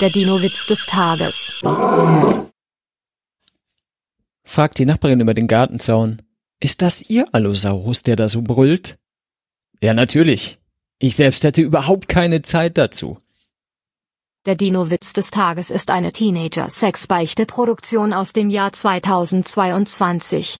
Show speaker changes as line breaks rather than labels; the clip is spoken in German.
Der Dino-Witz des Tages.
fragt die Nachbarin über den Gartenzaun. Ist das Ihr Allosaurus, der da so brüllt? Ja, natürlich. Ich selbst hätte überhaupt keine Zeit dazu.
Der Dino-Witz des Tages ist eine Teenager-Sex-Beichte-Produktion aus dem Jahr 2022.